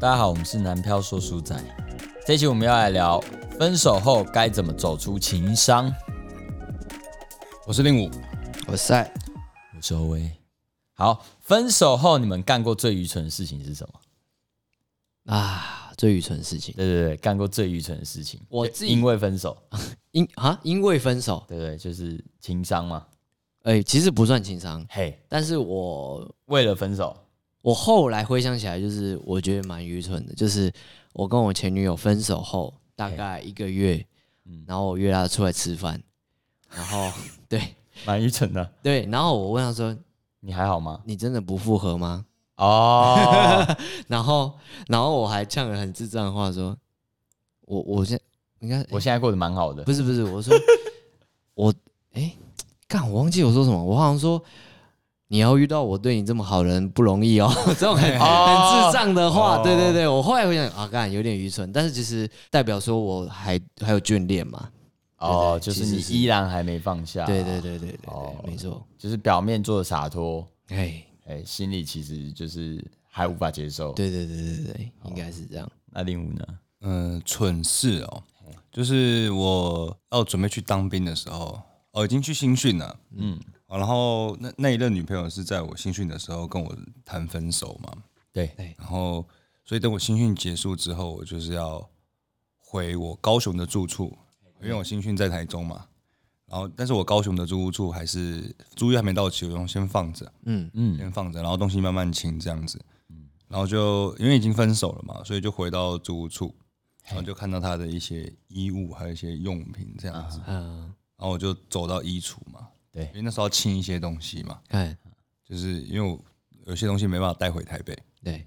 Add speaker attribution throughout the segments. Speaker 1: 大家好，我们是南漂说书仔。这期我们要来聊分手后该怎么走出情伤。
Speaker 2: 我是令武，
Speaker 3: 我塞，
Speaker 1: 我是欧威。好，分手后你们干过最愚蠢的事情是什么？
Speaker 3: 啊，最愚蠢的事情，
Speaker 1: 对对对，干过最愚蠢的事情。
Speaker 3: 我
Speaker 1: 就
Speaker 3: 自己
Speaker 1: 因为分手，
Speaker 3: 因啊，因为分手，
Speaker 1: 对对，就是情伤嘛。
Speaker 3: 哎、其实不算情伤，
Speaker 1: 嘿，
Speaker 3: 但是我
Speaker 1: 为了分手，
Speaker 3: 我后来回想起来，就是我觉得蛮愚蠢的，就是我跟我前女友分手后大概一个
Speaker 2: 哎
Speaker 3: 月，
Speaker 2: 嗯
Speaker 3: 然后我约她出来吃饭，然后 对
Speaker 1: 蛮愚蠢的。
Speaker 3: 对，然后我问她说：“
Speaker 1: 你还好吗？
Speaker 3: 你真的不复合吗
Speaker 1: 哦，？”
Speaker 3: 然后然后我还呛了很智障的话说：“我我现应该
Speaker 1: 我现在过得蛮好的。
Speaker 3: 不是不是，我说我哎，诶干、我忘记我说什么，我好像说你要遇到我对你这么好的人不容易哦， 这 种很、
Speaker 1: 哦
Speaker 3: 很智障的话，
Speaker 1: 哦
Speaker 3: 对对对，我后来回想啊，干有点愚蠢，但是其实代表说我还还有眷恋嘛，
Speaker 1: 哦，
Speaker 3: 对对
Speaker 1: 就是
Speaker 3: 其
Speaker 1: 你
Speaker 3: 实是
Speaker 1: 依然还没放下。
Speaker 3: 对对，对对对对，
Speaker 1: 哦
Speaker 3: 没错，
Speaker 1: 就是表面做的洒脱，
Speaker 3: 哎，
Speaker 1: 哎，心里其实就是还无法接受。，
Speaker 3: 对对对对对，应该是这样，
Speaker 1: 那令武呢？
Speaker 2: 嗯、蠢事哦，就是我要准备去当兵的时候，哦，已经去新训了，嗯，然后那那一任女朋友是在我新训的时候跟我谈分手嘛，
Speaker 1: 对，
Speaker 2: 然后所以等我新训结束之后，我就是要回我高雄的住处，因为我新训在台中嘛，然后但是我高雄的住处还是租约还没到期，我用先放着，
Speaker 3: 嗯
Speaker 2: 先放着，然后东西慢慢清这样子。然后就因为已经分手了嘛，所以就回到租屋处，然后就看到他的一些衣物，还有一些用品这样子。
Speaker 3: 嗯，
Speaker 2: 然后我就走到衣橱嘛，
Speaker 1: 对
Speaker 2: 因为那时候要清一些东西嘛，
Speaker 1: 嗯
Speaker 3: 看
Speaker 2: 就是因为我有些东西没办法带回台北，
Speaker 3: 对，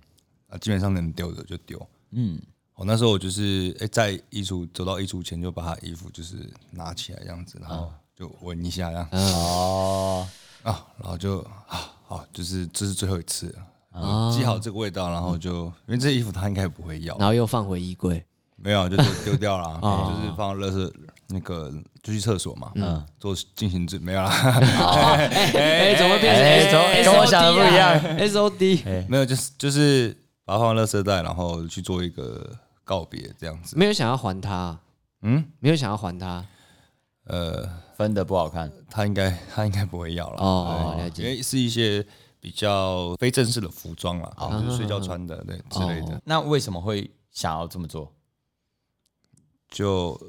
Speaker 2: 啊，基本上能丢的就丢。
Speaker 1: 嗯，
Speaker 2: 我那时候我就是哎、在衣橱走到衣橱前就把他衣服就是拿起来这样子，然后就闻一下这样、
Speaker 1: 哦，
Speaker 2: 啊，然后就啊好，就是这是最后一次了。嗯
Speaker 3: 啊，
Speaker 2: 记好这个味道，然后就因为这衣服他应该也不会要
Speaker 3: 然，后又放回衣柜，
Speaker 2: 没有就丢丢掉了，就是放到垃圾那个就去厕所嘛，嗯，做进行制没有啦，
Speaker 3: 哎，怎么变
Speaker 1: 哎
Speaker 3: 成
Speaker 1: 怎么
Speaker 3: S
Speaker 1: 跟我想的不一样哎
Speaker 3: ？S O D 啊
Speaker 2: 没有就是就是把它放到垃圾袋，然后去做一个告别这样子，
Speaker 3: 没有想要还他，
Speaker 2: 嗯，
Speaker 3: 没有想要还他，
Speaker 2: 呃，
Speaker 1: 分的不好看。
Speaker 2: 他应该他应该不会要了，
Speaker 3: 哦
Speaker 2: 对
Speaker 3: 了解
Speaker 2: 因为是一些比较非正式的服装啦，
Speaker 1: 哦
Speaker 2: 就是睡觉穿的对之类的，
Speaker 1: 那为什么会想要这么做？
Speaker 2: 就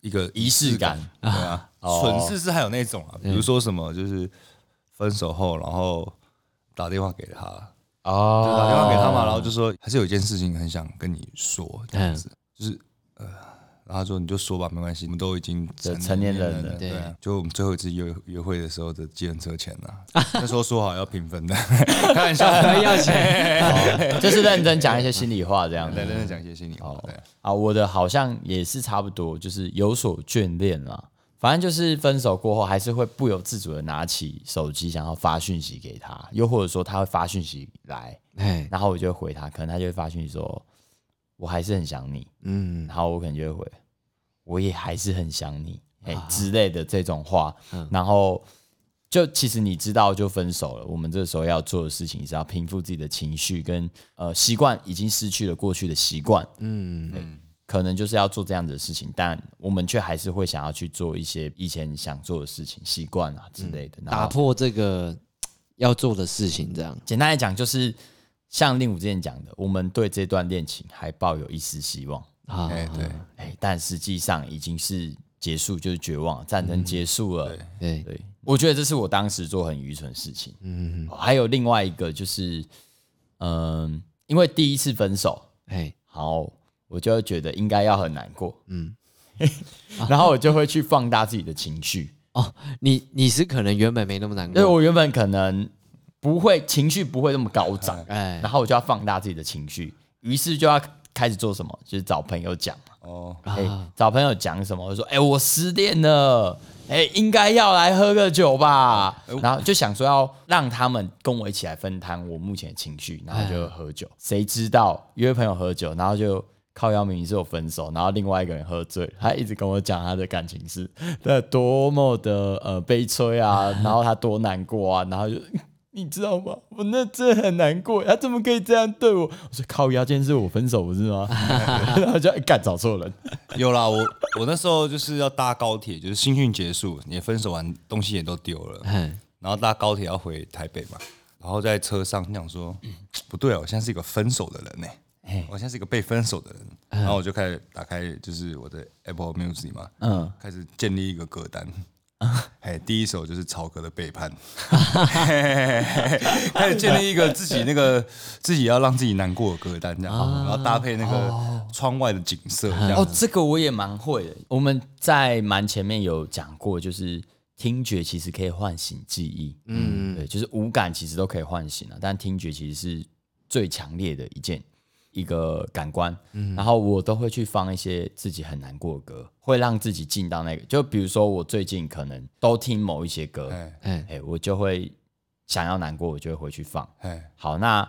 Speaker 2: 一个
Speaker 1: 仪式感
Speaker 2: 对啊，
Speaker 1: 哦嗯
Speaker 2: 蠢事是还有那种啊，比如说什么就是分手后，然后打电话给他，
Speaker 1: 哦
Speaker 2: 打电话给他嘛，然后就说还是有一件事情很想跟你说，
Speaker 1: 嗯哎
Speaker 2: 这
Speaker 3: 嗯
Speaker 2: 样子，就是呃，然后他说你就说吧，没关系，我们都已经
Speaker 1: 这
Speaker 2: 成年
Speaker 1: 成年人
Speaker 2: 了
Speaker 1: 了，
Speaker 2: 对啊，就我们最后一次约约会的时候的计程车钱 呐，那时候说好要平分的，开玩笑，
Speaker 3: 要 钱，
Speaker 1: 就是认真讲一些心里话这样
Speaker 2: 对，
Speaker 1: 子。
Speaker 2: 认真讲一些心里话，对，
Speaker 1: 啊，我的好像也是差不多，就是有所眷恋啦。反正就是分手过后，还是会不由自主的拿起手机，想要发讯息给他，又或者说他会发讯息来，
Speaker 3: 哎，
Speaker 1: 然后我就会回他，可能他就会发讯息说，我还是很想你，
Speaker 3: 嗯，
Speaker 1: 然后我可能就会回，我也还是很想你，哎、之类的这种话。然后就其实你知道就分手了，我们这时候要做的事情是要平复自己的情绪跟呃习惯，已经失去了过去的习惯，嗯可能就是要做这样子的事情，但我们却还是会想要去做一些以前想做的事情、习惯啊之类的，然后
Speaker 3: 打破这个要做的事情，这样，
Speaker 1: 简单来讲，就是像令武之前讲的，我们对这段恋情还抱有一丝希望，
Speaker 3: 啊，
Speaker 2: 哎对
Speaker 1: 哎、但实际上已经是结束，就是绝望了，战争结束了。
Speaker 3: 对，
Speaker 1: 对，我觉得这是我当时做很愚蠢的事情。嗯，还有另外一个就是，嗯，因为第一次分手，
Speaker 3: 哎，
Speaker 1: 好，我就会觉得应该要很难过，嗯，然后我就会去放大自己的情绪。
Speaker 3: 哦，你你是可能原本没那么难
Speaker 1: 因为
Speaker 3: 过，
Speaker 1: 我原本可能不会情绪不会那么高涨，
Speaker 3: 哎
Speaker 1: 然后我就要放大自己的情绪，于是就要开始做什么，就是找朋友讲嘛，
Speaker 2: 哦，
Speaker 1: 哎、找朋友讲什么，我就说，哎、我失恋了，哎、应该要来喝个酒吧，然后就想说要让他们跟我一起来分摊我目前的情绪，然后就喝酒，谁知道约朋友喝酒，然后就靠姚明是有分手，然后另外一个人喝醉，他一直跟我讲他的感情是那多么的呃悲催啊，然后他多难过啊，然后就 你知道吗？我那真的很难过，他怎么可以这样对我？我说靠姚，今天是我分手不是吗？然后就哎干、找错人，
Speaker 2: 有啦，我我那时候就是要搭高铁，就是新训结束，也分手完，东西也都丢了，
Speaker 3: 嗯，
Speaker 2: 然后搭高铁要回台北嘛，然后在车上想说，不对啊，我现在是一个分手的人呢、我现在是一个被分手的人，然后我就开始打开就是我的 Apple Music 嘛，
Speaker 1: 嗯
Speaker 2: 开始建立一个歌单。哎，第一首就是曹格的《背叛》 嘿，开始建立一个自己那个自己要让自己难过的歌单，这样，然后搭配那个窗外的景色，这样
Speaker 1: 哦，这个我也蛮会的。我们在蛮前面有讲过，就是听觉其实可以唤醒记忆，嗯，对，就是五感其实都可以唤醒啊，但听觉其实是最强烈的一件一个感官。然后我都会去放一些自己很难过的歌，会让自己进到那个，就比如说我最近可能都听某一些歌，哎、
Speaker 2: 哎
Speaker 3: 哎，
Speaker 1: 我就会想要难过，我就会回去放。
Speaker 2: 哎，
Speaker 1: 好，那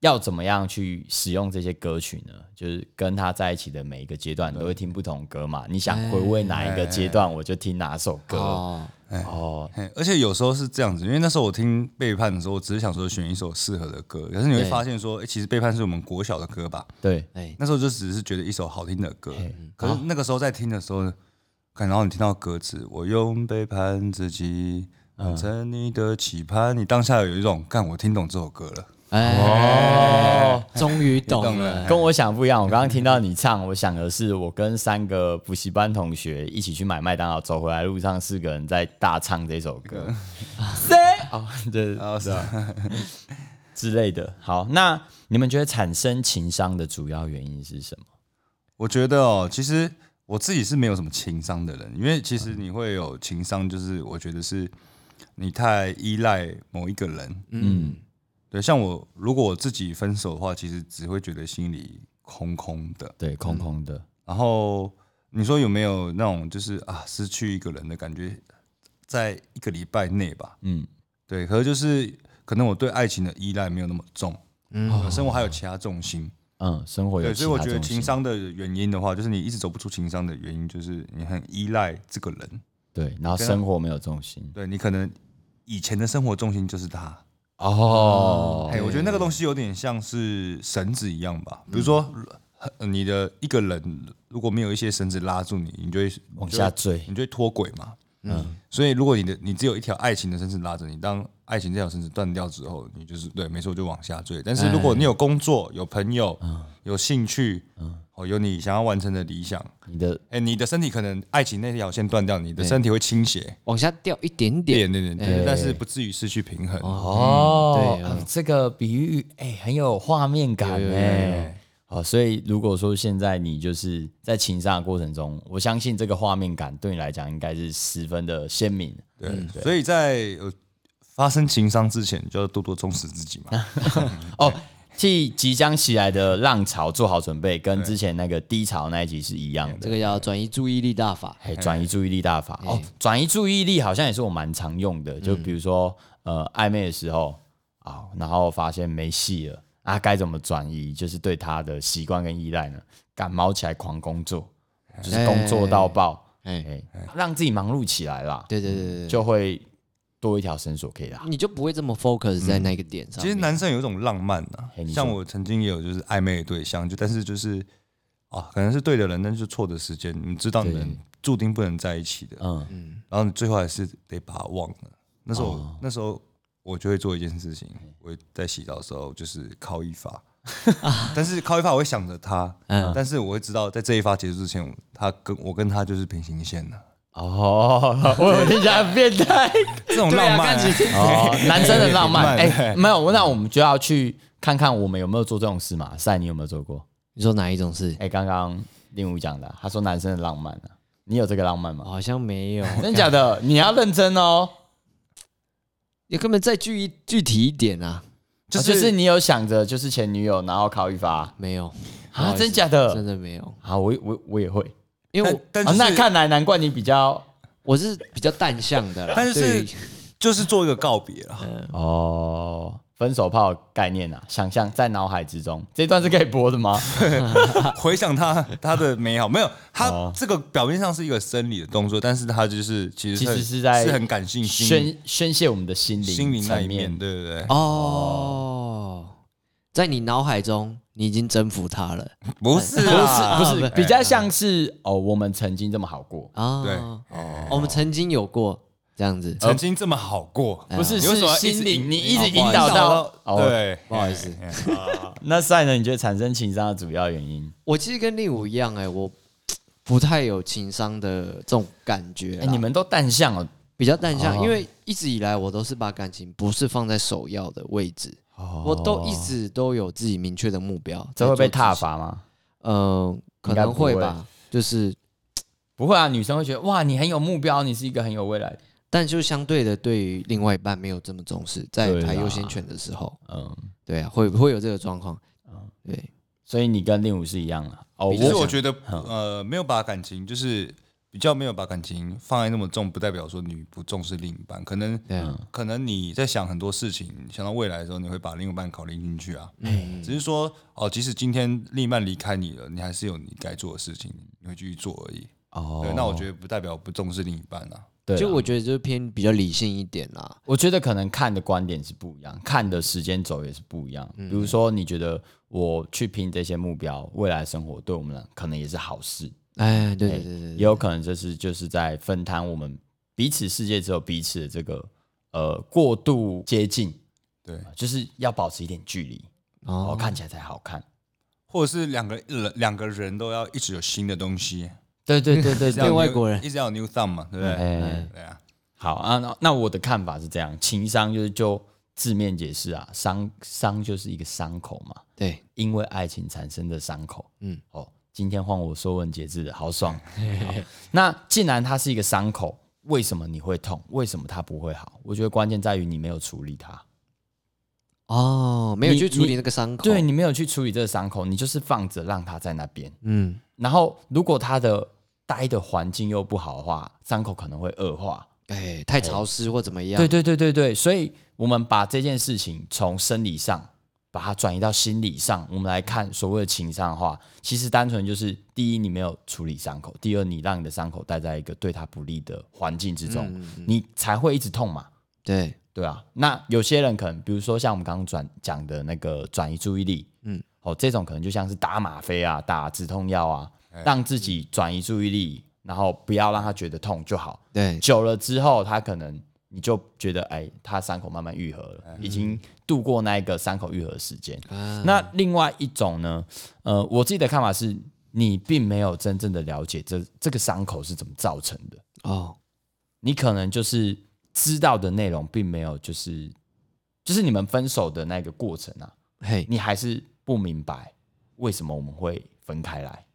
Speaker 1: 要怎么样去使用这些歌曲呢？就是跟他在一起的每一个阶段，你都会听不同歌嘛。你想回味哪一个阶段，我就听哪首歌。
Speaker 3: 哦，
Speaker 1: 哦，
Speaker 2: 嘿而且有时候是这样子，因为那时候我听《背叛》的时候，我只是想说选一首适合的歌，可是你会
Speaker 3: 对
Speaker 2: 发现说，哎、其实《背叛》是我们国小的歌吧？
Speaker 1: 对，
Speaker 3: 哎，
Speaker 2: 那时候就只是觉得一首好听的歌
Speaker 1: 嘿，
Speaker 2: 可是那个时候在听的时候，看然后你听到歌词，我用背叛自己完成你的期盼，你当下有一种，干我听懂这首歌了，
Speaker 3: 哎，终于懂
Speaker 2: 懂
Speaker 3: 了
Speaker 2: 了，
Speaker 1: 跟我想不一样。我刚刚听到你唱，我想的是我跟三个补习班同学一起去买麦当劳，走回来路上四个人在大唱这首歌。 谁？ 哦，对，
Speaker 2: 啊，是啊，
Speaker 1: 之类的。好，那你们觉得产生情商的主要原因是什么？
Speaker 2: 我觉得哦，其实我自己是没有什么情商的人，因为其实你会有情商，就是我觉得是你太依赖某一个人。
Speaker 1: 嗯，
Speaker 2: 对，像我如果我自己分手的话，其实只会觉得心里空空的。
Speaker 1: 对，空空的。
Speaker 2: 然后你说有没有那种就是啊失去一个人的感觉，在一个礼拜内吧？
Speaker 1: 嗯，
Speaker 2: 对，可是就是可能我对爱情的依赖没有那么重，嗯，生活还有其他重心。
Speaker 1: 嗯，生活有
Speaker 2: 对，
Speaker 1: 其
Speaker 2: 所以我
Speaker 1: 他
Speaker 2: 觉得
Speaker 1: 重心
Speaker 2: 情商的原因的话，就是你一直走不出情商的原因，就是你很依赖这个人。
Speaker 1: 对，然后
Speaker 2: 跟
Speaker 1: 生活没有重心
Speaker 2: 对你可能以前的生活重心就是他。
Speaker 1: 哦
Speaker 2: 哎、我觉得那个东西有点像是绳子一样吧，比如说。呃你的一个人如果没有一些绳子拉住你，你就会
Speaker 1: 往下坠
Speaker 2: 你就会脱轨嘛。嗯，所以如果你的你只有一条爱情的绳子拉着你，当爱情这条绳子断掉之后，你就是对，没错，就往下坠。但是如果你有工作、有朋友、有兴趣，哦，有你想要完成的理想，
Speaker 1: 你的
Speaker 2: 哎、你的身体可能爱情那条线断掉，你的身体会倾斜，
Speaker 3: 往下掉一点点，
Speaker 2: 点点点点，但是不至于失去平衡。
Speaker 1: 哦
Speaker 3: 对
Speaker 1: 啊这个比喻哎、很有画面感哎。好，所以如果说现在你就是在情商的过程中，我相信这个画面感对你来讲应该是十分的鲜明。
Speaker 2: 对，嗯所以在呃发生情伤之前，就要多多充实自己嘛。
Speaker 1: 哦，替即将起来的浪潮做好准备，跟之前那个低潮那一集是一样
Speaker 3: 这
Speaker 1: 的。
Speaker 3: 个叫转移注意力大法，
Speaker 1: 哎，转移注意力大法哦，转移注意力好像也是我蛮常用的，就比如说呃暧昧的时候啊、然后发现没戏了啊，该怎么转移？就是对他的习惯跟依赖呢，赶忙起来狂工作，就是工作到爆，
Speaker 3: 哎，
Speaker 1: 哎，让自己忙碌起来啦，
Speaker 3: 对对对对对，
Speaker 1: 就会多一条绳索可以拉。
Speaker 3: 你就不会这么 focus 在那个点上
Speaker 2: 其实
Speaker 3: 面。
Speaker 2: 男生有一种浪漫啊
Speaker 1: 嘿你，说
Speaker 2: 像我曾经也有就是暧昧的对象，就但是就是啊，可能是对的人，但是错的时间，你知道你们注定不能在一起的，
Speaker 1: 嗯，
Speaker 2: 然后你最后还是得把它忘了。那时候、那时候我就会做一件事情，我在洗澡的时候就是靠一 发。但是靠一发我会想着他，但是我会知道在这一发结束之前，他跟我跟他就是平行线 的，
Speaker 1: 哦，我有听起来很变态。
Speaker 2: 这种浪漫、啊，
Speaker 1: 哦，男生的浪 漫，
Speaker 2: 对
Speaker 1: 哎，没有，那我们就要去看看我们有没有做这种事嘛。赛，你有没有做过？
Speaker 3: 你说哪一种是？
Speaker 1: 哎，刚刚令武讲的，他说男生的浪漫啊，你有这个浪漫
Speaker 2: 哦
Speaker 1: 吗？
Speaker 3: 好像没有，
Speaker 1: 真假 的？你要认真哦，
Speaker 3: 你根本再具具体一点啊，
Speaker 1: 就、
Speaker 2: 就是是
Speaker 1: 哦就是你有想着就是前女友，然后考一发
Speaker 3: 没有
Speaker 1: 啊？真假的？
Speaker 3: 真的没有，
Speaker 1: 啊，我我我也会
Speaker 3: 因为
Speaker 2: 但
Speaker 3: 我
Speaker 2: 但
Speaker 1: 啊，
Speaker 2: 是、
Speaker 1: 那看来难怪你比较
Speaker 3: 我是比较淡向的啦，
Speaker 2: 但是
Speaker 3: 对于
Speaker 1: 嗯
Speaker 2: 嗯就是做一个告别了。
Speaker 1: 哦，分手炮概念啊，想象在脑海之中，这段是可以播的 吗？
Speaker 2: 回想他他的美好，没有他
Speaker 1: 哦
Speaker 2: 这个表面上是一个生理的动作，但是他就是其实
Speaker 1: 其实
Speaker 2: 很
Speaker 1: 是在
Speaker 2: 是很感性心
Speaker 1: 宣宣泄我们的心灵
Speaker 2: 心灵那
Speaker 1: 层
Speaker 2: 一面，
Speaker 1: 面。
Speaker 2: 对不对？
Speaker 3: 哦，在你脑海中，你已经征服他了
Speaker 2: 不是
Speaker 1: 不
Speaker 2: 啊，
Speaker 1: 是不
Speaker 3: 不
Speaker 1: 是，比较像是哦，我们曾经这么好过，
Speaker 3: 啊！
Speaker 2: 对
Speaker 3: 哦，我们曾经有过这样子，
Speaker 2: 曾经这么好过，
Speaker 1: 不是
Speaker 2: 哎你为什
Speaker 1: 是
Speaker 2: 么要一直
Speaker 1: 心灵，
Speaker 2: 引哦
Speaker 1: 你一直
Speaker 3: 引
Speaker 1: 引导到
Speaker 2: 到
Speaker 1: 哦。
Speaker 2: 对，
Speaker 3: 不好意思
Speaker 2: 哎，
Speaker 1: 那赛呢？你觉得产生情商的主要原因？
Speaker 3: 我其实跟令武一样，哎，我不太有情商的这种感觉
Speaker 1: 哎，
Speaker 3: 啦。
Speaker 1: 你们都淡向哦。
Speaker 3: 比较淡向，
Speaker 1: 哦
Speaker 3: 因为一直以来我都是把感情不是放在首要的位置，我都一直都有自己明确的目标。
Speaker 1: 哦这会被
Speaker 3: 踏
Speaker 1: 踏？伐吗？
Speaker 3: 呃，可
Speaker 1: 应该
Speaker 3: 能
Speaker 1: 不
Speaker 3: 会
Speaker 1: 会
Speaker 3: 吧，就是，
Speaker 1: 不会啊，女生会觉得哇，你很有目标，你是一个很有未来的。
Speaker 3: 但就相对的，对于另外一半没有这么重视，在
Speaker 1: 对啦
Speaker 3: 排优先权的时候，
Speaker 1: 嗯，
Speaker 3: 对啊，会会有这个状况。对，
Speaker 1: 所以你跟令武是一样的哦。
Speaker 3: 比
Speaker 2: 其
Speaker 3: 较
Speaker 2: 实
Speaker 1: 我
Speaker 2: 我觉得呃，没有把感情就是比较没有把感情放在那么重，不代表说你不重视另一半，可能
Speaker 3: 对啊，
Speaker 2: 可能你在想很多事情，想到未来的时候，你会把另一半考虑进去啊。
Speaker 3: 嗯，
Speaker 2: 只是说哦，即使今天另一半离开你了，你还是有你该做的事情，你会继续做而已。
Speaker 1: 哦
Speaker 2: 对，那我觉得不代表不重视另一半啊。
Speaker 1: 对啊，
Speaker 3: 就我觉得就是偏比较理性一点啦。
Speaker 1: 我觉得可能看的观点是不一样，看的时间轴也是不一样。比如说，你觉得我去拼这些目标，未来生活对我们来可能也是好事，
Speaker 3: 哎，对对对对
Speaker 1: 也有可能这是就是在分摊我们彼此世界只有彼此的这个呃过度接近，
Speaker 2: 对，
Speaker 1: 就是要保持一点距离，哦，
Speaker 3: 哦，
Speaker 1: 看起来才好看。
Speaker 2: 或者是两个人两个人都要一直有新的东西，
Speaker 1: 对对对对
Speaker 2: 一直要
Speaker 1: 对
Speaker 3: 对，
Speaker 2: 有
Speaker 3: 外
Speaker 2: new-
Speaker 3: 国人
Speaker 2: 一直要有 new thumb 嘛，对不对？
Speaker 1: 哎，
Speaker 2: 对啊，
Speaker 1: 好啊，那那我的看法是这样，情商就是就字面解释啊，伤伤就是一个伤口嘛，
Speaker 3: 对，
Speaker 1: 因为爱情产生的伤口。
Speaker 3: 嗯
Speaker 1: 嗯，哦，今天换我说文解字了，好 爽。好那既然它是一个伤口，为什么你会痛？为什么它不会好？我觉得关键在于你没有处理它。
Speaker 3: 哦，没有
Speaker 1: 你
Speaker 3: 去处理
Speaker 1: 你
Speaker 3: 那个伤口。
Speaker 1: 对你没有去处理这个伤口，你就是放着让它在那边。
Speaker 3: 嗯，
Speaker 1: 然后，如果它的待的环境又不好的话，伤口可能会恶化。
Speaker 3: 哎，太潮湿或怎么样？
Speaker 1: 对对对对对，所以我们把这件事情从生理上把它转移到心理上，我们来看所谓的情商的话，其实单纯就是第一，你没有处理伤口；第二，你让你的伤口待在一个对它不利的环境之中，你才会一直痛嘛。
Speaker 3: 对，
Speaker 1: 对啊，那有些人可能，比如说像我们刚刚转讲的那个转移注意力，
Speaker 3: 嗯
Speaker 1: 嗯，哦，这种可能就像是打吗啡啊、打止痛药啊，让自己转移注意力，然后不要让他觉得痛就好。
Speaker 3: 对，
Speaker 1: 久了之后，他可能你就觉得，哎，他伤口慢慢愈合了，已经度过那一个伤口愈合的时间。那另外一种呢，呃，我自己的看法是，你并没有真正的了解这这个伤口是怎么造成的，
Speaker 3: 哦，
Speaker 1: 你可能就是知道的内容并没有，就是就是你们分手的那个过程啊，
Speaker 3: 嘿，
Speaker 1: 你还是不明白为什么我们会分开来。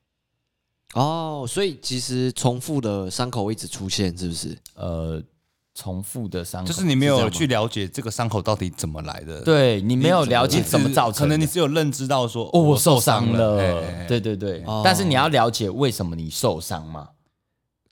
Speaker 3: 哦，所以其实重复的伤口会一直出现，是不是？
Speaker 1: 呃，重复的伤口
Speaker 2: 就是你没
Speaker 1: 这
Speaker 2: 有
Speaker 1: 样吗
Speaker 2: 去了解这个伤口到底怎么来的，，
Speaker 1: 嗯对你没有了解怎么造
Speaker 2: 可
Speaker 1: 成的，
Speaker 2: 能你只有认知到说
Speaker 1: 哦，我受伤
Speaker 2: 了，哎
Speaker 1: 了，
Speaker 2: 哎哎
Speaker 1: 对对对、
Speaker 3: 哦
Speaker 1: 但是你要了解为什么你受伤嘛，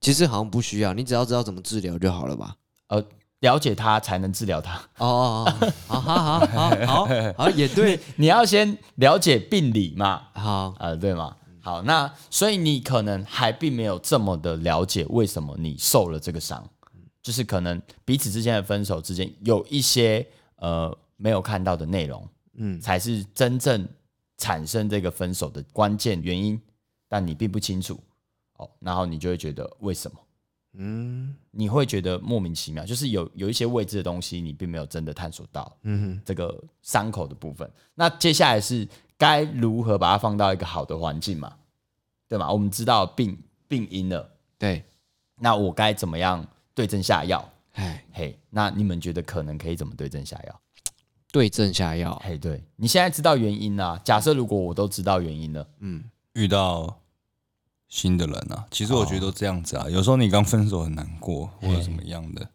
Speaker 3: 其实好像不需要，你只要知道怎么治疗就好了吧？
Speaker 1: 呃，了解它才能治疗它。
Speaker 3: 哦哦哦，好好好好好好，也对，
Speaker 1: 你要先了解病理嘛，
Speaker 3: 好，
Speaker 1: 呃，对吗？好，那所以你可能还并没有这么的了解为什么你受了这个伤，就是可能彼此之间的分手之间有一些呃没有看到的内容，
Speaker 3: 嗯，
Speaker 1: 才是真正产生这个分手的关键原因，但你并不清楚哦，然后你就会觉得为什么？
Speaker 3: 嗯
Speaker 1: 你会觉得莫名其妙，就是有有一些未知的东西，你并没有真的探索到
Speaker 3: 嗯
Speaker 1: 这个伤口的部分。那接下来是该如何把它放到一个好的环境嘛，对吗？我们知道病病因了，
Speaker 3: 哼，对，
Speaker 1: 那我该怎么样对症下药？
Speaker 3: 哎，
Speaker 1: 嘿，那你们觉得可能可以怎么对症下药？
Speaker 3: 对症下药，啊
Speaker 1: 嘿，对你现在知道原因啦、假设如果我都知道原因了，
Speaker 3: 嗯，
Speaker 2: 遇到新的人啊。其实我
Speaker 1: 哦
Speaker 2: 觉得都这样子啊，有时候你刚分手很难过或者怎么样的，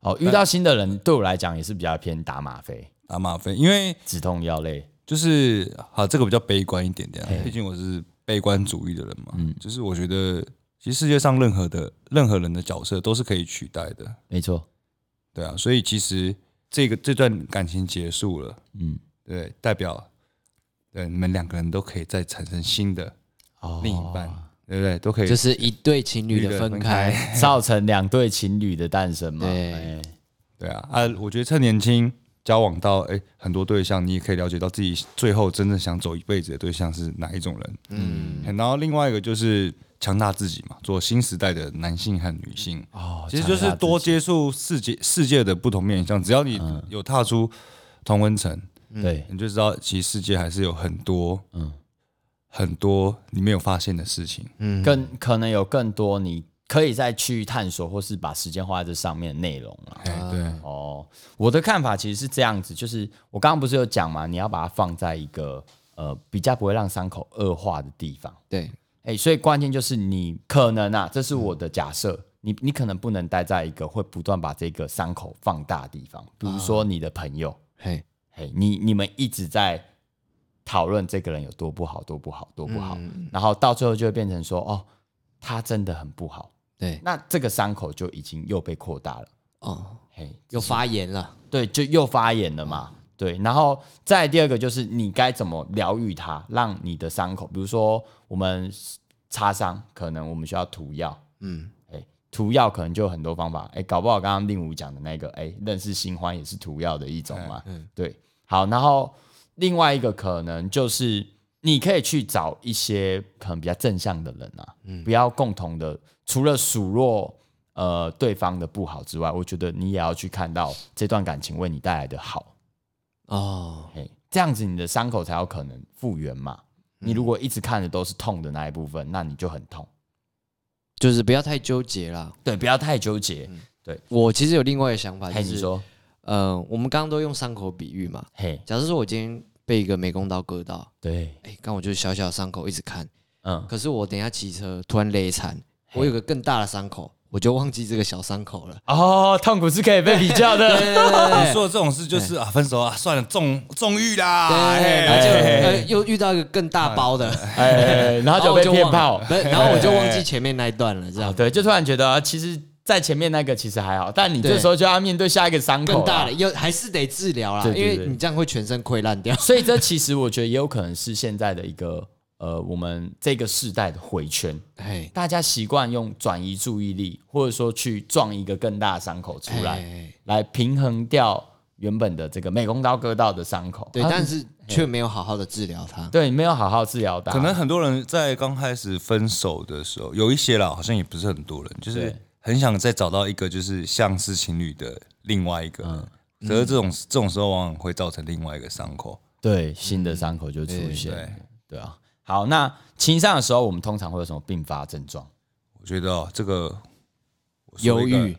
Speaker 1: 哦，遇到新的人对我来讲也是比较偏打吗啡、
Speaker 2: 打吗啡，因为
Speaker 1: 止痛药类。
Speaker 2: 就是好，这个比较悲观一点点、啊，毕竟我是悲观主义的人嘛。嗯，就是我觉得，其实世界上任何的任何人的角色都是可以取代的，
Speaker 1: 没错，
Speaker 2: 对啊，所以其实这个这段感情结束了，
Speaker 1: 嗯，
Speaker 2: 对，代表对你们两个人都可以再产生新的
Speaker 1: 哦
Speaker 2: 另一半，对不对？都可以
Speaker 3: 就是一对情侣的分开，
Speaker 2: 开，
Speaker 1: 造成两对情侣的诞生嘛。
Speaker 3: 对
Speaker 1: 哎
Speaker 2: 对啊啊！我觉得趁年轻交往到哎很多对象，你也可以了解到自己最后真正想走一辈子的对象是哪一种人。
Speaker 3: 嗯，
Speaker 2: 然后另外一个就是强大自己嘛，做新时代的男性和女
Speaker 3: 嗯
Speaker 2: 性，
Speaker 1: 哦，
Speaker 2: 其实就是多接触世界世界的不同面向。只要你
Speaker 3: 嗯
Speaker 2: 有踏出同温层，
Speaker 1: 对，
Speaker 2: 你就知道其实世界还是有很多
Speaker 1: 嗯，
Speaker 2: 很多你没有发现的事情。
Speaker 3: 嗯
Speaker 1: 更可能有更多你可以再去探索，或是把时间花在这上面的内容了。
Speaker 2: 哎，
Speaker 3: 啊
Speaker 2: 对，
Speaker 1: 哦，我的看法其实是这样子，就是我刚刚不是有讲嘛，你要把它放在一个呃比较不会让伤口恶化的地方。
Speaker 3: 对，
Speaker 1: 哎、所以关键就是你可能啊，这是我的假设，你你可能不能待在一个会不断把这个伤口放大的地方，比如说你的朋友，
Speaker 3: 嘿，
Speaker 1: 嘿，你你们一直在讨论这个人有多不好，多不好，多不好，
Speaker 3: 嗯
Speaker 1: 然后到最后就会变成说，哦，他真的很不好，
Speaker 3: 对，
Speaker 1: 那这个伤口就已经又被扩大了，
Speaker 3: 哦，
Speaker 1: 嘿，
Speaker 3: 有发炎了，
Speaker 1: 对，就又发炎了嘛。对，然后再来第二个就是你该怎么疗愈它，让你的伤口，比如说我们擦伤，可能我们需要涂药，
Speaker 3: 嗯，
Speaker 1: 哎，涂药可能就有很多方法，哎，搞不好刚刚令武讲的那个，哎，认识新欢也是涂药的一种嘛，
Speaker 3: 嗯嗯
Speaker 1: 对，好，然后另外一个可能就是你可以去找一些可能比较正向的人啊，不要共同的，除了数落呃对方的不好之外，我觉得你也要去看到这段感情为你带来的好，
Speaker 3: 哦，
Speaker 1: 哎，这样子你的伤口才有可能复原嘛。你如果一直看的都是痛的那一部分，那你就很痛。
Speaker 3: 就是不要太纠结啦。
Speaker 1: 对，不要太纠结。
Speaker 3: 我其实有另外一个想法，
Speaker 1: 嘿，
Speaker 3: 就
Speaker 1: 你
Speaker 3: 是，
Speaker 1: 说，
Speaker 3: 呃，我们刚刚都用伤口比喻嘛。
Speaker 1: 嘿，
Speaker 3: 假设说我今天被一个美工刀割到，
Speaker 1: 对，
Speaker 3: 哎，刚我就小小的伤口一直看，
Speaker 1: 嗯，
Speaker 3: 可是我等一下骑车突然勒惨，我有个更大的伤口，我就忘记这个小伤口了。
Speaker 1: 哦，痛苦是可以被比较 的。
Speaker 3: 哎
Speaker 2: 你说的这种事就是啊，分手啊，算了，纵纵欲啦，
Speaker 3: 对，然
Speaker 2: 哎
Speaker 3: 后就
Speaker 1: 哎
Speaker 3: 呃又遇到一个更大包的，
Speaker 1: 哎，然后就被骗炮
Speaker 3: 然后我就忘了，不是然后我就忘记前面那一段了，这
Speaker 1: 啊，
Speaker 3: 样
Speaker 1: 对，就突然觉得啊其实，在前面那个其实还好，但你这时候就要面对下一个伤口啊
Speaker 3: 更大的
Speaker 1: 了。
Speaker 3: 又还是得治疗啦，
Speaker 1: 对
Speaker 3: 因
Speaker 1: 对对
Speaker 3: 为你这样会全身溃 烂掉。
Speaker 1: 所以这其实我觉得也有可能是现在的一个呃，我们这个世代的回圈，
Speaker 3: 哎，
Speaker 1: 大家习惯用转移注意力，或者说去撞一个更大的伤口出来，
Speaker 3: 哎
Speaker 1: 来平衡掉原本的这个美工刀割到的伤口。
Speaker 3: 对，
Speaker 1: 啊
Speaker 3: 但是却没有好好的治疗它。
Speaker 1: 对，没有好好治疗它，
Speaker 2: 可能很多人在刚开始分手的时候，有一些啦，好像也不是很多人，就是
Speaker 1: 对
Speaker 2: 很想再找到一个就是像是情侣的另外一个人，可是这种这种时候往往会造成另外一个伤口。
Speaker 1: 对，新的伤口就出现了
Speaker 2: 对
Speaker 1: 对啊。好，那情伤的时候，我们通常会有什么并发症状？
Speaker 2: 我觉得、哦、这个我说
Speaker 3: 忧
Speaker 2: 一个
Speaker 3: 郁，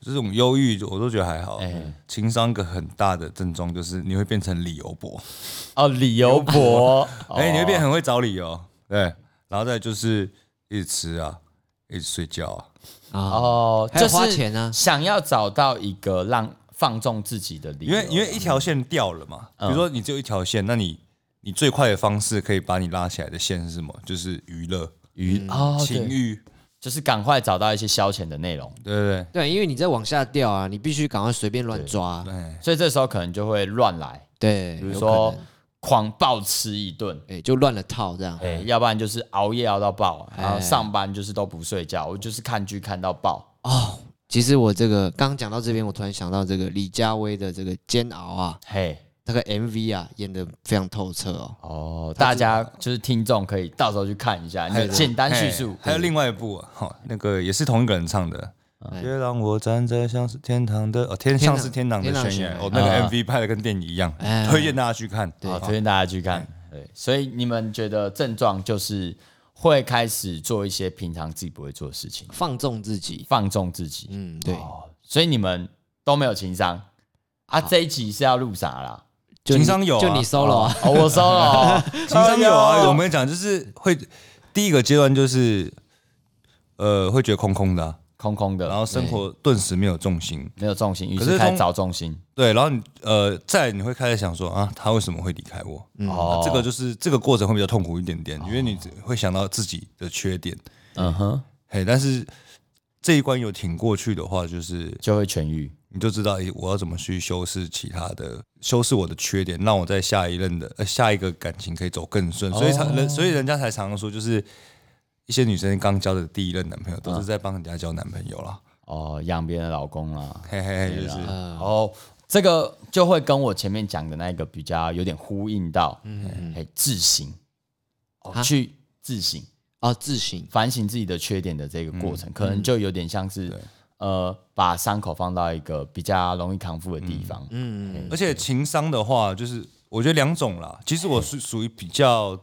Speaker 2: 这种忧郁，我都觉得还好
Speaker 1: 哎。
Speaker 2: 情商一个很大的症状就是你会变成理由博，
Speaker 1: 哦，理由博，
Speaker 2: 哎、你会变
Speaker 1: 哦
Speaker 2: 很会找理由，对，然后再就是一直吃啊，一直睡觉啊，
Speaker 3: 啊，
Speaker 1: 哦，
Speaker 3: 还有
Speaker 1: 就
Speaker 3: 花
Speaker 1: 是
Speaker 3: 钱啊
Speaker 1: 想要找到一个让放纵自己的理由，
Speaker 2: 因为因为一条线掉了嘛，比如说你只有一条线，那你你最快的方式可以把你拉起来的线是什么？就是娱乐、
Speaker 1: 娱哦，
Speaker 2: 情
Speaker 1: 对，
Speaker 2: 欲，
Speaker 1: 就是赶快找到一些消遣的内容，
Speaker 2: 对不对？
Speaker 3: 对，因为你再往下掉啊，你必须赶快随便乱抓。啊
Speaker 2: 哎，
Speaker 1: 所以这时候可能就会乱来，
Speaker 3: 对，
Speaker 1: 比如
Speaker 3: 哎有
Speaker 1: 说
Speaker 3: 可能
Speaker 1: 狂暴吃一顿。
Speaker 3: 哎，就乱了套这样。
Speaker 1: 哎、要不然就是熬夜熬到爆，然后
Speaker 3: 哎
Speaker 1: 上班就是都不睡觉，我就是看剧看到爆。
Speaker 3: 哦，其实我这个刚刚讲到这边，我突然想到这个李佳薇的这个《煎熬》啊，
Speaker 1: 嘿，
Speaker 3: 那个 MV 啊，演的非常透彻哦。
Speaker 1: 哦，大家就是听众可以到时候去看一下，你
Speaker 2: 还
Speaker 1: 就
Speaker 2: 有
Speaker 1: 简单叙述
Speaker 2: 哎。还有另外一部啊，哈、那个也是同一个人唱的。别让我站在像是天堂的哦，天
Speaker 3: 天堂
Speaker 2: 像是天堂的
Speaker 3: 天堂
Speaker 2: 宣言
Speaker 3: 宣言
Speaker 2: 哦，那个
Speaker 1: 啊
Speaker 2: MV 拍的跟电影一样
Speaker 3: 哎，
Speaker 2: 推荐大家去看。哦
Speaker 1: 好，推
Speaker 2: 好
Speaker 1: 荐大家去看。对，所以你们觉得症状就是会开始做一些平常自己不会做的事情，
Speaker 3: 放纵自己。
Speaker 1: 放纵自己。
Speaker 3: 嗯，对，
Speaker 1: 哦，所以你们都没有情商啊？这一集是要录啥啦？
Speaker 3: 就
Speaker 2: 情
Speaker 3: 你
Speaker 2: 商有啊
Speaker 3: 就你 solo 啊，
Speaker 1: 哦，我收了 哦。
Speaker 2: 情商有啊，我们讲就是会第一个阶段就是，呃，会觉得空空的啊、
Speaker 1: 空空
Speaker 2: 然
Speaker 1: 的，
Speaker 2: 后生活顿时没有重心，
Speaker 1: 没有重心，于
Speaker 2: 可
Speaker 1: 是
Speaker 2: 是
Speaker 1: 开始
Speaker 2: 通
Speaker 1: 找重心。
Speaker 2: 对，然后你呃，再你会开始想说啊，他为什么会离开我？
Speaker 1: 哦，
Speaker 2: 啊这个就是这个过程会比较痛苦一点点，因为你只会想到自己的缺点。
Speaker 1: 嗯哼，
Speaker 2: 嘿，但是这一关有挺过去的话，就是
Speaker 1: 就会痊愈。
Speaker 2: 你就知道诶我要怎么去修饰其他的，修饰我的缺点，让我在下一任的呃下一个感情可以走更顺。所以常
Speaker 1: 哦
Speaker 2: 人，所以人家才常常说，就是一些女生刚交的第一任男朋友，都
Speaker 1: 嗯
Speaker 2: 是在帮人家交男朋友啦。
Speaker 1: 哦，养别人的老公啊啦。
Speaker 2: 嘿嘿嘿，就是
Speaker 1: 然后哦这个就会跟我前面讲的那一个比较有点呼应到，嗯，哎，自省，哦、
Speaker 3: 啊
Speaker 1: 去自省，
Speaker 3: 哦，自省
Speaker 1: 反省自己的缺点的这个过程，可能就有点像是、呃，把伤口放到一个比较容易康复的地方。嗯，
Speaker 2: 而且情商的话，就是我觉得两种啦。其实我是属于比较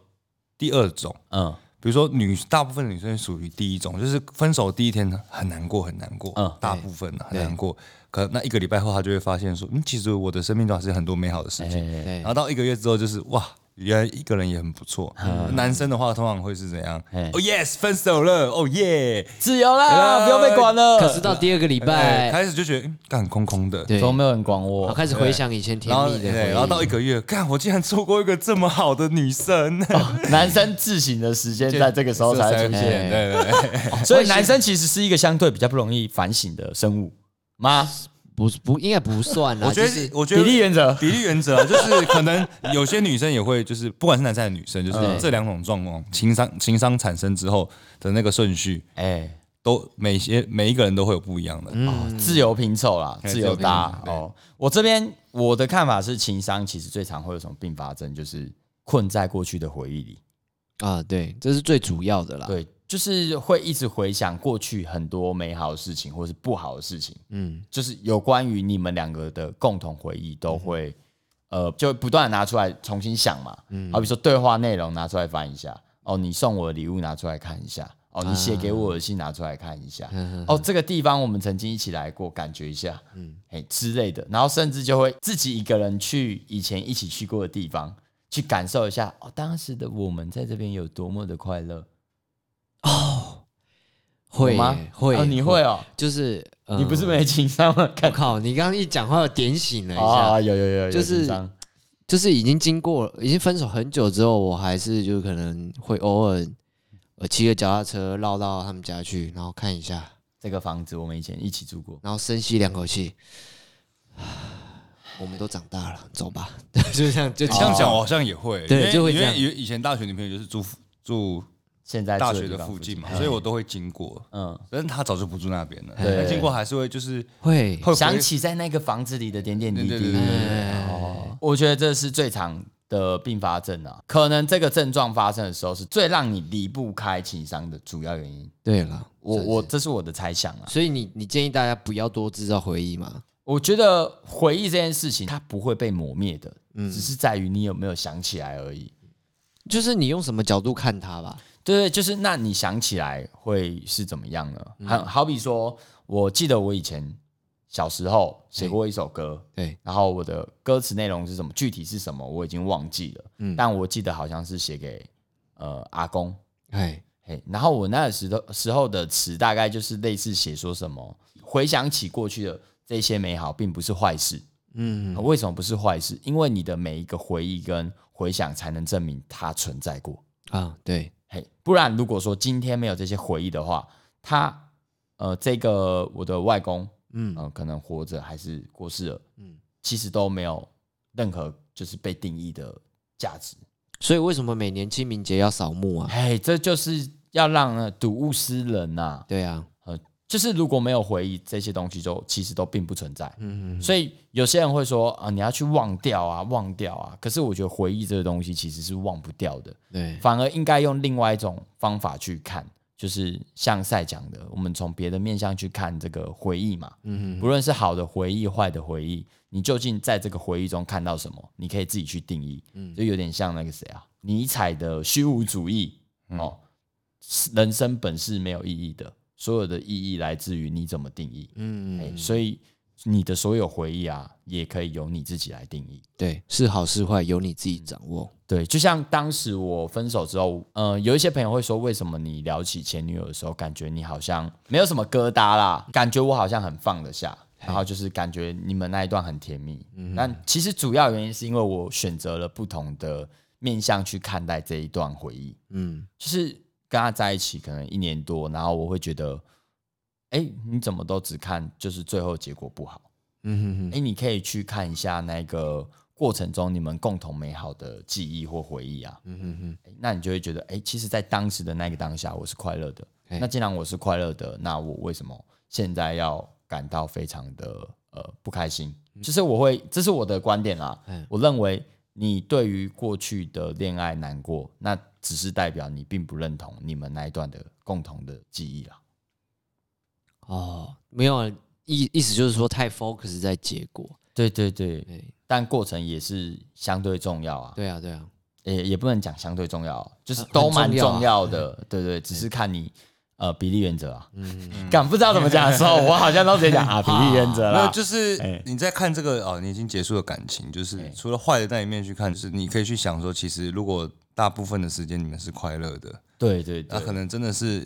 Speaker 2: 第二种，
Speaker 1: 嗯
Speaker 2: 比如说女大部分女生属于第一种，就是分手第一天很难过，很难过，
Speaker 1: 嗯
Speaker 2: 大部分啊很难过。可那一个礼拜后，她就会发现说，嗯，其实我的生命中还是很多美好的事情。
Speaker 1: 哎
Speaker 3: 对
Speaker 2: 然后到一个月之后，就是哇，原来一个人也很不错。男生的话，通常会是怎样？
Speaker 1: 哎
Speaker 2: 哦 yes，分手了，哦耶！
Speaker 1: 自由啦，
Speaker 2: 哎
Speaker 1: 不用被管了。
Speaker 3: 可是到第二个礼
Speaker 2: 哎，
Speaker 3: 拜，
Speaker 2: 开始就觉得嗯干空空的，
Speaker 3: 对，
Speaker 1: 都没
Speaker 3: 我
Speaker 1: 有人管我。
Speaker 3: 开始回想以前甜
Speaker 2: 然后
Speaker 3: 蜜的
Speaker 2: 对然后到
Speaker 3: 回
Speaker 2: 一
Speaker 3: 忆，
Speaker 2: 个月，看我竟然错过一个这么好的女生，
Speaker 1: 男生自省的时间哦在这个时候才会出现，
Speaker 2: 现。对对对，
Speaker 1: 所以男生其哎实是一个相对比较不容易反省的生物吗？
Speaker 3: 不是不应该不算啦，
Speaker 2: 我觉
Speaker 3: 就
Speaker 2: 得
Speaker 3: 是
Speaker 2: 我觉
Speaker 1: 比
Speaker 2: 得
Speaker 1: 例原则，
Speaker 2: 比例原则啊 就是可能有些女生也会，就是不管是男生还是女生，就是这两种状况，情商情商产生之后的那个顺序，
Speaker 1: 哎，
Speaker 2: 都每些每一个人都会有不一样的。
Speaker 1: 哦自由拼凑啦，
Speaker 2: 嗯哎
Speaker 1: 自由搭
Speaker 2: 自由拼凑
Speaker 1: 哦。我这边我的看法是，情商其实最常会有什么并发症，就是困在过去的回忆里。
Speaker 3: 啊，对，这是最主要
Speaker 2: 啊
Speaker 3: 的啦。
Speaker 1: 对，就是会一直回想过去很多美好的事情，或是不好的事情，
Speaker 3: 嗯，
Speaker 1: 就是有关于你们两个的共同回忆，都
Speaker 2: 嗯
Speaker 1: 会、呃，就不断地拿出来重新想嘛。好比说对话内容拿出来翻一下，哦，你送我的礼物拿出来看一下，哦，你写给我的信拿出来看一下，
Speaker 3: 嗯
Speaker 1: 哦，这个地方我们曾经一起来过，感觉一下，嗯，哎之类的，然后甚至就会自己一个人去以前一起去过的地方。去感受一下哦，当时的我们在这边有多么的快乐，
Speaker 3: 会
Speaker 1: 有吗
Speaker 3: 耶？会
Speaker 1: 哦
Speaker 3: 耶，
Speaker 1: 你
Speaker 2: 啊
Speaker 1: 会哦，
Speaker 3: 就是呃
Speaker 1: 你不是没情商吗？看
Speaker 3: 我靠，你刚刚一讲话又点醒了一下，
Speaker 2: 哦
Speaker 1: 啊，有有有，有
Speaker 3: 就是
Speaker 1: 情商
Speaker 3: 就是已经经过已经分手很久之后，我还是就可能会偶尔呃骑个脚踏车绕到他们家去，然后看一下，
Speaker 1: 这个房子我们以前一起住过，
Speaker 3: 然后深吸两口气。 我们都长大了，走吧， 对，就这样就
Speaker 2: 这样讲，我好像也会，
Speaker 3: 哦对
Speaker 2: 因为
Speaker 3: 就会
Speaker 2: 因
Speaker 3: 这样
Speaker 2: 为以前大学女朋友就是住附住
Speaker 1: 现在
Speaker 2: 大
Speaker 1: 住
Speaker 2: 学
Speaker 1: 地
Speaker 2: 的
Speaker 1: 方
Speaker 2: 附
Speaker 1: 附
Speaker 2: 近嘛，
Speaker 1: 嗯
Speaker 2: 所以我都会经过，
Speaker 1: 嗯，
Speaker 2: 但是她早就不住那边了，
Speaker 1: 对
Speaker 2: 但经过还是会就是
Speaker 3: 会
Speaker 2: 会回
Speaker 1: 想起在那个房子里的点点滴
Speaker 2: 对
Speaker 1: 滴
Speaker 2: 对对对对对，
Speaker 1: 哦，我觉得这是最常的并发症啊，可能这个症状发生的时候是最让你离不开情商的主要原因。
Speaker 3: 对了，
Speaker 1: 我
Speaker 3: 算是
Speaker 1: 我这是我的猜想啊，
Speaker 3: 所以你你建议大家不要多制造回忆嘛？
Speaker 1: 我觉得回忆这件事情它不会被磨灭的，
Speaker 2: 嗯
Speaker 1: 只是在于你有没有想起来而已。
Speaker 3: 就是你用什么角度看它吧。
Speaker 1: 对对，就是那你想起来会是怎么样
Speaker 2: 嗯
Speaker 1: 呢？好好比说，我记得我以前小时候
Speaker 2: 嗯
Speaker 1: 写过一首歌，
Speaker 3: 对，
Speaker 1: 然后我的歌词内容是什么，具体是什么我已经忘记了，
Speaker 3: 嗯
Speaker 1: 但我记得好像是写给呃阿公，
Speaker 3: 哎，
Speaker 1: 嘿，然后我那个时候时候的词大概就是类似写说什么，回想起过去的这些美好，并不是坏事。
Speaker 3: 嗯，
Speaker 1: 为什么不是坏事？因为你的每一个回忆跟回想，才能证明它存在过。
Speaker 3: 啊，对，
Speaker 1: 嘿，不然如果说今天没有这些回忆的话，他呃，这个我的外公，嗯、
Speaker 3: 嗯，
Speaker 1: 呃，可能活着还是过世了，嗯，其实都没有任何就是被定义的价值。
Speaker 3: 所以为什么每年清明节要扫墓啊？
Speaker 1: 哎，这就是要让呃睹物思人呐、
Speaker 3: 对啊，
Speaker 1: 就是如果没有回忆，这些东西就其实都并不存在。
Speaker 3: 嗯，
Speaker 1: 所以有些人会说啊、你要去忘掉啊，忘掉啊。可是我觉得回忆这个东西其实是忘不掉的。
Speaker 3: 对，
Speaker 1: 反而应该用另外一种方法去看，就是像赛讲的，我们从别的面向去看这个回忆嘛，
Speaker 3: 嗯，
Speaker 1: 不论是好的回忆、坏的回忆，你究竟在这个回忆中看到什么，你可以自己去定义，
Speaker 3: 嗯
Speaker 1: 就有点像那个谁啊，尼采的虚无主义
Speaker 3: 嗯
Speaker 1: 哦，是人生本是没有意义的，所有的意义来自于你怎么定义，
Speaker 3: 嗯，
Speaker 1: 哎，所以你的所有回忆啊，也可以由你自己来定义。
Speaker 3: 对，是好是坏由你自己掌握。
Speaker 1: 对，就像当时我分手之后，呃，有一些朋友会说，为什么你聊起前女友的时候，感觉你好像没有什么疙瘩啦，感觉我好像很放得下，然后就是感觉你们那一段很甜蜜。但其实主要原因是因为我选择了不同的面向去看待这一段回忆，
Speaker 3: 嗯，
Speaker 1: 就是跟他在一起可能一年多，然后我会觉得，哎，你怎么都只看就是最后结果不好，
Speaker 3: 嗯哼
Speaker 1: 哎、你可以去看一下那个过程中你们共同美好的记忆或回忆啊。
Speaker 3: 嗯哼哼，
Speaker 1: 诶那你就会觉得，哎、其实，在当时的那个当下，我是快乐的。
Speaker 3: 哎
Speaker 1: 那既然我是快乐的，那我为什么现在要感到非常的呃不开心？就是我会，这是我的观点啦。
Speaker 3: 哎
Speaker 1: 我认为你对于过去的恋爱难过，那只是代表你并不认同你们那一段的共同的记忆啦。
Speaker 3: 哦，没有啊意意思就是说太 focus 在结果，
Speaker 1: 对对对，
Speaker 3: 对
Speaker 1: 但过程也是相对重要啊。
Speaker 3: 对啊对啊，
Speaker 1: 也也不能讲相对重要，就是
Speaker 3: 很
Speaker 1: 都蛮
Speaker 3: 重要啊
Speaker 1: 重要的，
Speaker 2: 嗯
Speaker 1: 对对，只是看你呃比例原则啊。
Speaker 3: 嗯，
Speaker 1: 敢不知道怎么讲的时候，我好像都直接讲 啊比例原则
Speaker 2: 没有，
Speaker 1: 啦。
Speaker 2: 就是
Speaker 1: 哎
Speaker 2: 你在看这个啊、哦你已经结束的感情，就是
Speaker 1: 哎
Speaker 2: 除了坏的那一面去看，就是你可以去想说，其实如果大部分的时间你们是快乐的，
Speaker 1: 对对对
Speaker 2: 那，可能真的是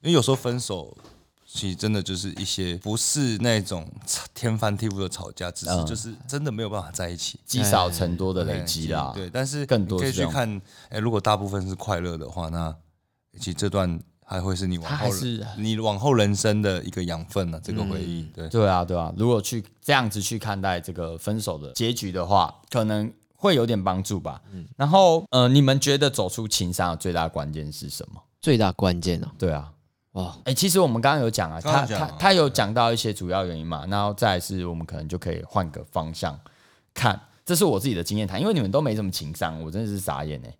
Speaker 2: 因为有时候分手，其实真的就是一些不是那种天翻地覆的吵架，只是
Speaker 1: 嗯
Speaker 2: 就是真的没有办法在一起。
Speaker 1: 积少成多的累积啦。
Speaker 2: 哎对，但是
Speaker 1: 更多
Speaker 2: 你可以
Speaker 1: 是这样
Speaker 2: 去看，哎、如果大部分是快乐的话，那其实这段还会是你往
Speaker 1: 它
Speaker 2: 后
Speaker 1: 还是嗯
Speaker 2: 你往后人生的一个养分啊呢、这个回忆，对，
Speaker 1: 对啊对啊，如果去这样子去看待这个分手的结局的话，可能会有点帮助吧。
Speaker 2: 嗯
Speaker 1: 然后呃，你们觉得走出情伤的最大关键是什么？
Speaker 3: 最大关键哦，
Speaker 1: 对啊，
Speaker 3: 哇，
Speaker 1: 哎、其实我们刚刚有讲啊，他
Speaker 2: 刚刚有讲
Speaker 1: 他
Speaker 2: 啊
Speaker 1: 他有讲到一些主要原因嘛，然后再来是我们可能就可以换个方向看，这是我自己的经验谈，因为你们都没什么情商，我真的是傻眼哎、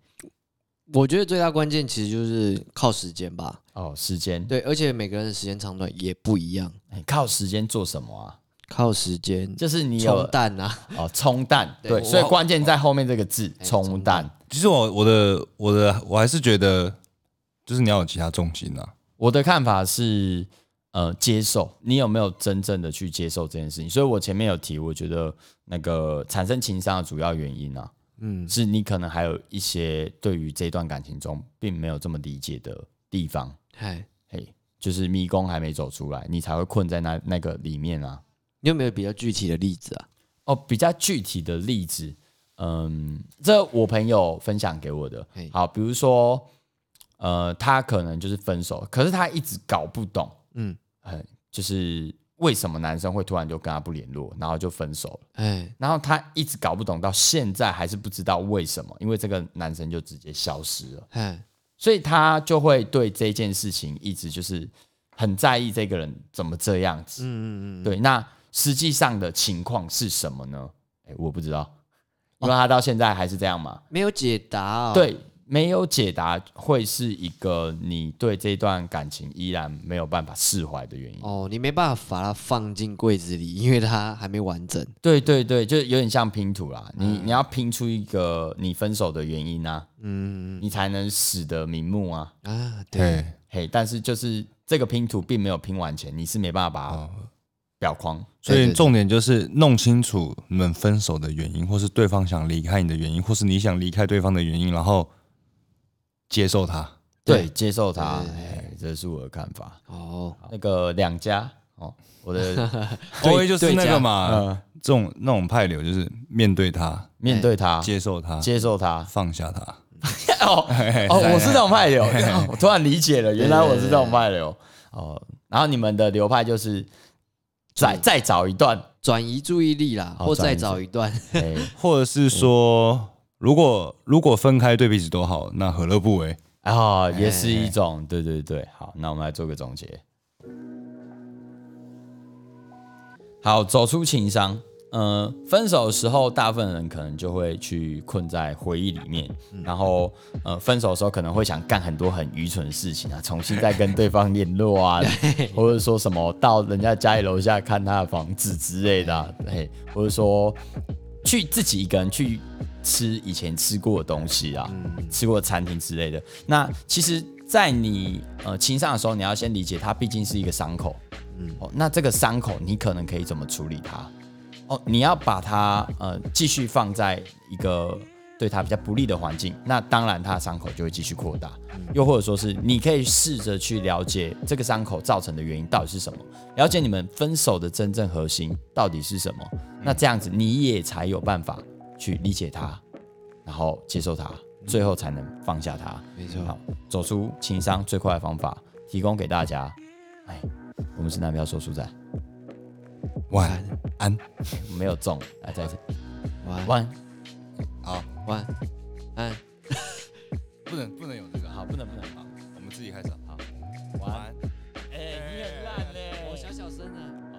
Speaker 3: 我觉得最大关键其实就是靠时间吧，
Speaker 1: 哦，时间，
Speaker 3: 对，而且每个人的时间长短也不一样，
Speaker 1: 哎靠时间做什么啊？
Speaker 3: 靠时间
Speaker 1: 就是你有
Speaker 3: 冲淡啊，
Speaker 1: 哦冲淡，
Speaker 3: 对
Speaker 1: 对，
Speaker 3: 我
Speaker 1: 所以关键在后面这个字
Speaker 3: 哎
Speaker 1: 冲
Speaker 3: 冲
Speaker 1: 淡
Speaker 3: 淡。
Speaker 2: 其实我我的我的我还是觉得，就是你要有其他重心啊。
Speaker 1: 我的看法是，呃，接受你有没有真正的去接受这件事情？所以我前面有提，我觉得那个产生情商的主要原因啊，
Speaker 3: 嗯，
Speaker 1: 是你可能还有一些对于这段感情中并没有这么理解的地方，
Speaker 3: 嗨，
Speaker 1: 嘿，就是迷宫还没走出来，你才会困在那那个里面啊。
Speaker 3: 你有没有比较具体的例子啊？
Speaker 1: 哦，比较具体的例子，嗯，这我朋友分享给我的
Speaker 3: 嘿。
Speaker 1: 好，比如说，呃，他可能就是分手，可是他一直搞不懂，
Speaker 3: 嗯，
Speaker 1: 嗯，就是为什么男生会突然就跟他不联络，然后就分手了。
Speaker 3: 哎，
Speaker 1: 然后他一直搞不懂，到现在还是不知道为什么，因为这个男生就直接消失了。
Speaker 3: 哎，
Speaker 1: 所以他就会对这件事情一直就是很在意这个人怎么这样子。
Speaker 3: 嗯嗯嗯，
Speaker 1: 对，那实际上的情况是什么呢？哎、我不知道，因为他到现在还是这样嘛。
Speaker 3: 没有解答啊，
Speaker 1: 对，没有解答会是一个你对这段感情依然没有办法释怀的原因。
Speaker 3: 哦，你没办法把它放进柜子里， 因为它还没完整。
Speaker 1: 对对对，就有点像拼图啦，你、你要拼出一个你分手的原因啊，
Speaker 3: 嗯
Speaker 1: 你才能死得瞑目啊。
Speaker 3: 啊，对，
Speaker 1: 嘿，但是就是这个拼图并没有拼完全，你是没办法把它裱框。
Speaker 2: 所
Speaker 3: 对对
Speaker 2: 以
Speaker 3: 对
Speaker 2: 重点就是弄清楚你们分手的原因，或是对方想离开你的原因，或是你想离开对方的原因，然后接受它。
Speaker 1: 对，
Speaker 3: 对
Speaker 1: 接受它，
Speaker 3: 对对
Speaker 1: 哎，这是我的看法。
Speaker 3: 哦，
Speaker 1: 那个两家哦，我的
Speaker 2: O A 就是那个嘛，
Speaker 1: 呃，
Speaker 2: 这种那种派流就是面对它，
Speaker 1: 面对它，
Speaker 2: 接受它，
Speaker 1: 啊接受它。
Speaker 2: 放下它。
Speaker 1: 哦哦，我是这种派流，我突然理解了，原来我是这种派流。哦，然后你们的流派就是再再找一段，
Speaker 3: 转移注意力啦，
Speaker 1: 好
Speaker 3: 或
Speaker 1: 转移
Speaker 3: 再
Speaker 1: 注
Speaker 3: 找一段。
Speaker 1: 哎，
Speaker 2: 或者是说，如果如果分开对彼此都好，那何乐不为？
Speaker 1: 然后哦也是一种，对对对。好，那我们来做个总结。好，走出情伤。呃，分手的时候，大部分人可能就会去困在回忆里面，然后呃，分手的时候可能会想干很多很愚蠢的事情啊，重新再跟对方联络啊，或者说什么到人家家里楼下看他的房子之类的、啊，嘿，或者说去自己一个人去吃以前吃过的东西啊，吃过的餐厅之类的。那其实，在你呃情伤的时候，你要先理解它毕竟是一个伤口，嗯，哦，那这个伤口你可能可以怎么处理它？哦，你要把它呃继续放在一个对它比较不利的环境，那当然它的伤口就会继续扩大。又或者说是你可以试着去了解这个伤口造成的原因到底是什么，了解你们分手的真正核心到底是什么。那这样子你也才有办法去理解它，然后接受它，最后才能放下它。
Speaker 3: 没错
Speaker 1: 好，走出情商最快的方法提供给大家。哎，我们是南漂说书仔。
Speaker 2: 晚安，
Speaker 1: 没有中，来再一次，
Speaker 3: 晚安，
Speaker 1: 晚安。
Speaker 2: 好，
Speaker 3: 晚安，哎
Speaker 2: 不能不能有这个，
Speaker 1: 好，不能不能，
Speaker 2: 好，我们自己开始，好，
Speaker 1: 晚安。哎，你很烂嘞，
Speaker 3: 我小小声的。啊